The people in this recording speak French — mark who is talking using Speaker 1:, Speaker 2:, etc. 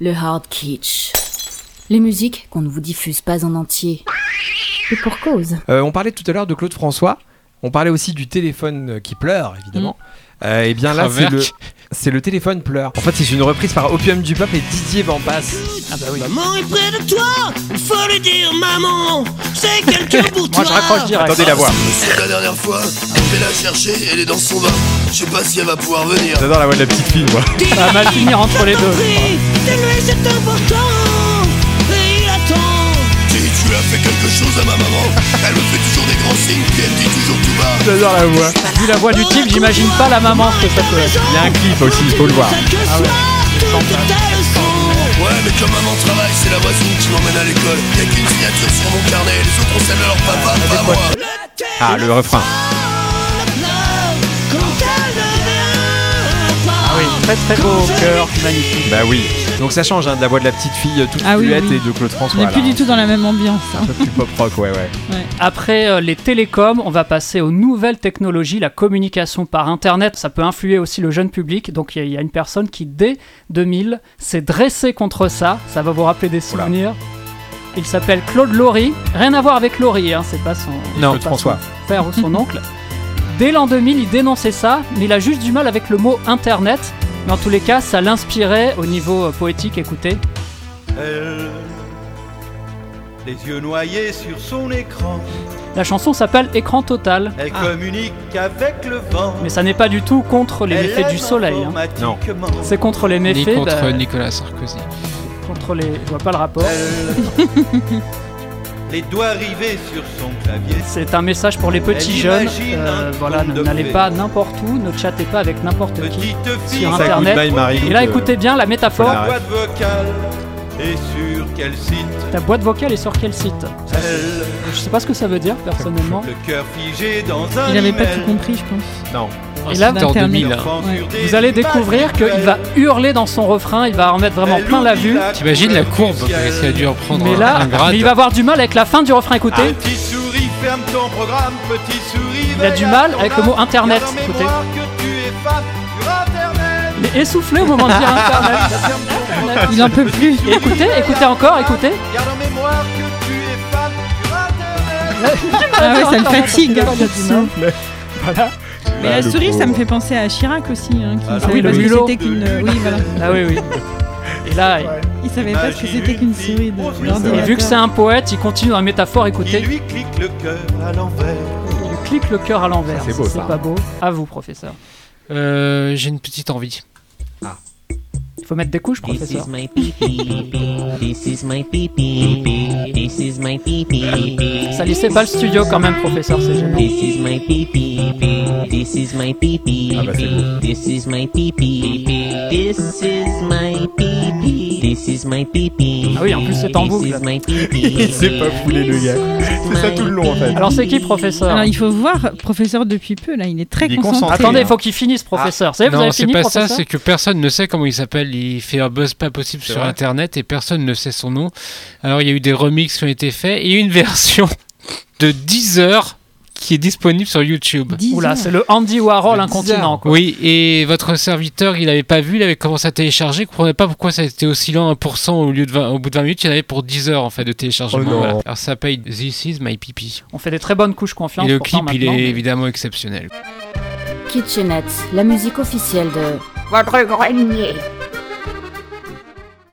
Speaker 1: le hard kitsch. Les musiques qu'on ne vous diffuse pas en entier. Et pour cause.
Speaker 2: Euh, on parlait tout à l'heure de Claude François. On parlait aussi du téléphone euh, qui pleure, évidemment. Euh, et bien là, c'est le,
Speaker 3: Traverque.
Speaker 2: c'est le téléphone pleure. En fait, c'est une reprise par Opium du Peuple et Didier Vampas.
Speaker 3: Ah bah oui.
Speaker 4: Maman est près de toi, faut lui dire maman, c'est quelqu'un pour
Speaker 3: Moi
Speaker 4: toi.
Speaker 3: je raccroche direct.
Speaker 2: Attendez la voix.
Speaker 5: C'est la dernière fois, je vais la chercher, elle est dans son bain. Je sais pas si elle va pouvoir venir.
Speaker 2: J'adore la voix de la petite fille, moi.
Speaker 3: Ça va mal finir entre les deux.
Speaker 4: Prie, Dis-lui c'est important, et il attend.
Speaker 5: Tu, tu as fait quelque chose à ma maman. Elle me fait toujours des grands signes et elle me dit toujours tout bas.
Speaker 2: J'adore la voix.
Speaker 3: Vu la voix du type, j'imagine pas la maman ce que ça peut être.
Speaker 2: Il y a un clip aussi, il faut le voir.
Speaker 4: Que
Speaker 3: Ah ouais.
Speaker 4: soit toute ta leçon.
Speaker 5: Ouais, mais comme maman travaille, c'est la voisine qui m'emmène à l'école. Y'a qu'une signature sur mon carnet, les autres ont celle de leur papa, pas moi.
Speaker 2: Ah, le refrain.
Speaker 3: Ah oui, très très beau cœur, magnifique.
Speaker 2: Bah oui. Donc ça change hein, de la voix de la petite fille euh, toute
Speaker 6: Ah oui,
Speaker 2: fluette
Speaker 6: oui.
Speaker 2: et de Claude
Speaker 6: On n'est
Speaker 2: François.
Speaker 6: plus
Speaker 2: là,
Speaker 6: du
Speaker 2: hein.
Speaker 6: tout dans la même ambiance. hein.
Speaker 2: Un peu plus pop rock, ouais, ouais.
Speaker 3: Après euh, les télécoms, on va passer aux nouvelles technologies, la communication par Internet. Ça peut influer aussi le jeune public. Donc il y, a- il y a une personne qui, dès 2000, s'est dressée contre ça. Ça va vous rappeler des
Speaker 2: Oula.
Speaker 3: souvenirs. Il s'appelle Claude Laurie. Rien à voir avec Laurie, hein, c'est pas son.
Speaker 2: Non,
Speaker 3: c'est pas
Speaker 2: François.
Speaker 3: son père ou son oncle. Dès l'an 2000, il dénonçait ça, mais il a juste du mal avec le mot Internet. Mais en tous les cas, ça l'inspirait au niveau euh, poétique. Écoutez.
Speaker 7: Elle, les yeux noyés sur son écran,
Speaker 3: La chanson s'appelle Écran total.
Speaker 7: elle communique avec le vent.
Speaker 3: Ah. Mais ça n'est pas du tout contre les
Speaker 7: Elle
Speaker 3: méfaits du
Speaker 7: aime
Speaker 3: soleil. hein.
Speaker 7: automatiquement.
Speaker 3: C'est contre les
Speaker 8: Ni
Speaker 3: méfaits.
Speaker 8: contre
Speaker 3: bah,
Speaker 8: Nicolas Sarkozy.
Speaker 3: contre les. Je vois pas le rapport.
Speaker 7: Elle, les doigts rivés sur son clavier.
Speaker 3: C'est un message pour les petits
Speaker 7: Elle
Speaker 3: jeunes.
Speaker 7: imagine
Speaker 3: euh,
Speaker 7: un
Speaker 3: voilà,
Speaker 7: conte de
Speaker 3: n'allez
Speaker 7: fées.
Speaker 3: pas n'imporute où, ne chattez pas avec n'importe qui.
Speaker 7: Petite fille,
Speaker 3: Sur
Speaker 7: sa
Speaker 3: Internet.
Speaker 2: Goodbye, Marie-Lou
Speaker 3: Et là,
Speaker 2: de-
Speaker 3: écoutez bien la métaphore.
Speaker 2: Voilà.
Speaker 7: boîte vocale est sur quel site
Speaker 3: Ta boîte vocale est sur quel site
Speaker 7: Elle,
Speaker 3: Je sais pas ce que ça veut dire personnellement.
Speaker 7: le cœur figé dans un
Speaker 6: Il n'avait pas
Speaker 7: email.
Speaker 6: tout compris, je pense.
Speaker 2: Non.
Speaker 8: Ah,
Speaker 3: là,
Speaker 8: c'était en
Speaker 6: Internet.
Speaker 8: 2000. hein.
Speaker 7: Enfant
Speaker 6: Ouais.
Speaker 7: sur des
Speaker 3: Vous allez
Speaker 7: images
Speaker 3: découvrir qu'il
Speaker 7: virtuelles.
Speaker 3: va hurler dans son refrain, il va en mettre vraiment
Speaker 7: Elle
Speaker 3: plein la
Speaker 7: oublie
Speaker 3: vue.
Speaker 8: T'imagines la courbe
Speaker 7: du ciel.
Speaker 8: Qu'est-ce qu'il a dû reprendre
Speaker 3: Mais
Speaker 8: un-
Speaker 3: là,
Speaker 8: un grade.
Speaker 3: mais il va avoir du mal avec la fin du refrain. Écoutez,
Speaker 7: Petit souris, ferme ton programme, petit souris.
Speaker 3: Il a du mal avec le mot Internet, écoutez.
Speaker 7: Écoutez. que tu es fan sur Internet.
Speaker 3: il est essoufflé au moment de dire Ah, Internet.
Speaker 7: Ferme ton programme,
Speaker 6: Il en peut plus.
Speaker 7: petit
Speaker 3: Et écoutez,
Speaker 7: souris,
Speaker 3: écoutez encore, écoutez.
Speaker 7: Garde en mémoire que tu es fan sur Internet.
Speaker 6: Ah ouais, ça me
Speaker 3: Attends,
Speaker 6: fatigue.
Speaker 3: attends, attends, attends.
Speaker 2: Bah,
Speaker 6: Mais la souris, ça me fait penser à Chirac aussi, hein, qui
Speaker 7: Ah,
Speaker 6: savait
Speaker 3: oui,
Speaker 6: pas
Speaker 3: le
Speaker 6: ce que
Speaker 3: mulot.
Speaker 6: c'était qu'une. euh, Oui, voilà.
Speaker 3: Ah oui, oui. Et là,
Speaker 6: Il savait pas ce que c'était qu'une souris de-
Speaker 7: Oui,
Speaker 6: d'ordinateur.
Speaker 3: et vu que c'est un poète, il continue dans la métaphore.
Speaker 7: Il
Speaker 3: Écoutez,
Speaker 7: lui clique le cœur à l'envers.
Speaker 3: il clique le cœur à l'envers.
Speaker 2: Ça, c'est beau,
Speaker 3: C'est
Speaker 2: ça.
Speaker 3: pas beau. À vous, professeur.
Speaker 8: Euh, J'ai une petite envie.
Speaker 3: Il faut mettre des couches,
Speaker 9: This
Speaker 3: professeur.
Speaker 9: is my pee pee. This is my pee pee. This is my pee pee.
Speaker 3: Salissez pas le studio quand même, professeur, c'est gênant.
Speaker 9: This is my pee pee. This is my pee pee.
Speaker 2: Ah bah, c'est beau.
Speaker 9: This is my pee pee. This is my pee pee. This is my pee pee.
Speaker 3: Ah oui, en plus, c'est en boucle.
Speaker 9: This is my pee pee.
Speaker 2: s'est pas foulé, le gars. C'est ça tout le long, en fait.
Speaker 3: Alors c'est qui, professeur
Speaker 6: Alors, Ah il faut voir, professeur depuis peu, là, il est très
Speaker 2: Il est
Speaker 6: concentré. hein.
Speaker 2: concentré.
Speaker 3: Attendez, il faut qu'il finisse, professeur. Vous savez, vous
Speaker 8: Ah, non,
Speaker 3: avez
Speaker 8: c'est
Speaker 3: fini,
Speaker 8: pas
Speaker 3: professeur
Speaker 8: ça, c'est que personne ne sait comment il s'appelle. Il fait un buzz pas possible
Speaker 2: C'est
Speaker 8: sur
Speaker 2: vrai.
Speaker 8: internet et personne ne sait son nom. Alors il y a eu des remixes qui ont été faits et une version de 10 heures qui est disponible sur YouTube.
Speaker 6: Dix
Speaker 3: Oula,
Speaker 6: ans.
Speaker 3: c'est le Andy Warhol
Speaker 8: Le
Speaker 3: incontinent, quoi.
Speaker 8: Oui, et votre serviteur, il n'avait pas vu, il avait commencé à télécharger, il comprenait pas pourquoi ça était aussi lent 1% au, lieu de 20 au bout de 20 minutes, il y en avait pour 10 heures en fait de téléchargement.
Speaker 2: Oh non.
Speaker 8: voilà. Alors ça paye This is my pipi.
Speaker 3: On fait des très bonnes couches confiance.
Speaker 8: Et le
Speaker 3: pourtant,
Speaker 8: clip, il est
Speaker 3: maintenant.
Speaker 8: évidemment exceptionnel.
Speaker 1: Kitchenette, la musique officielle de. Votre grenier.